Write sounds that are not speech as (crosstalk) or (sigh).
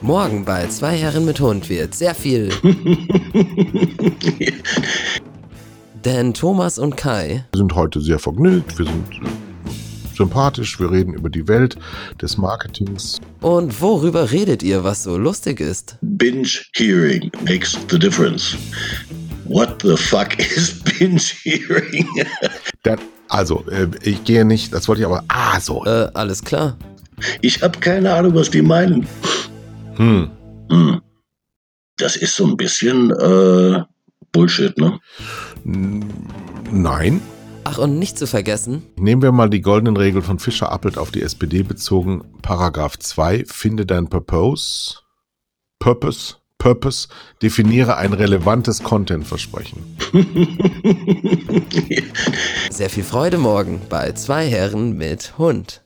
Morgen bei zwei Herren mit Hund wird sehr viel. Denn Thomas und Kai Wir sind heute sehr vergnügt, wir sind äh, sympathisch, wir reden über die Welt des Marketings. und worüber redet ihr, was so lustig ist? Binge hearing makes the difference. What the fuck (laughs) is binge hearing? (laughs) Dann, also, äh, ich gehe nicht, das wollte ich aber. Ah, so. Äh, alles klar. Ich habe keine Ahnung, was die meinen. Hm. Hm. Das ist so ein bisschen äh, Bullshit, ne? Nein. Ach, und nicht zu vergessen, Nehmen wir mal die goldenen Regeln von Fischer Appelt auf die SPD bezogen. Paragraph 2. Finde dein Purpose. Purpose. Purpose. Definiere ein relevantes Content-Versprechen. sehr viel Freude morgen bei zwei Herren mit Hund.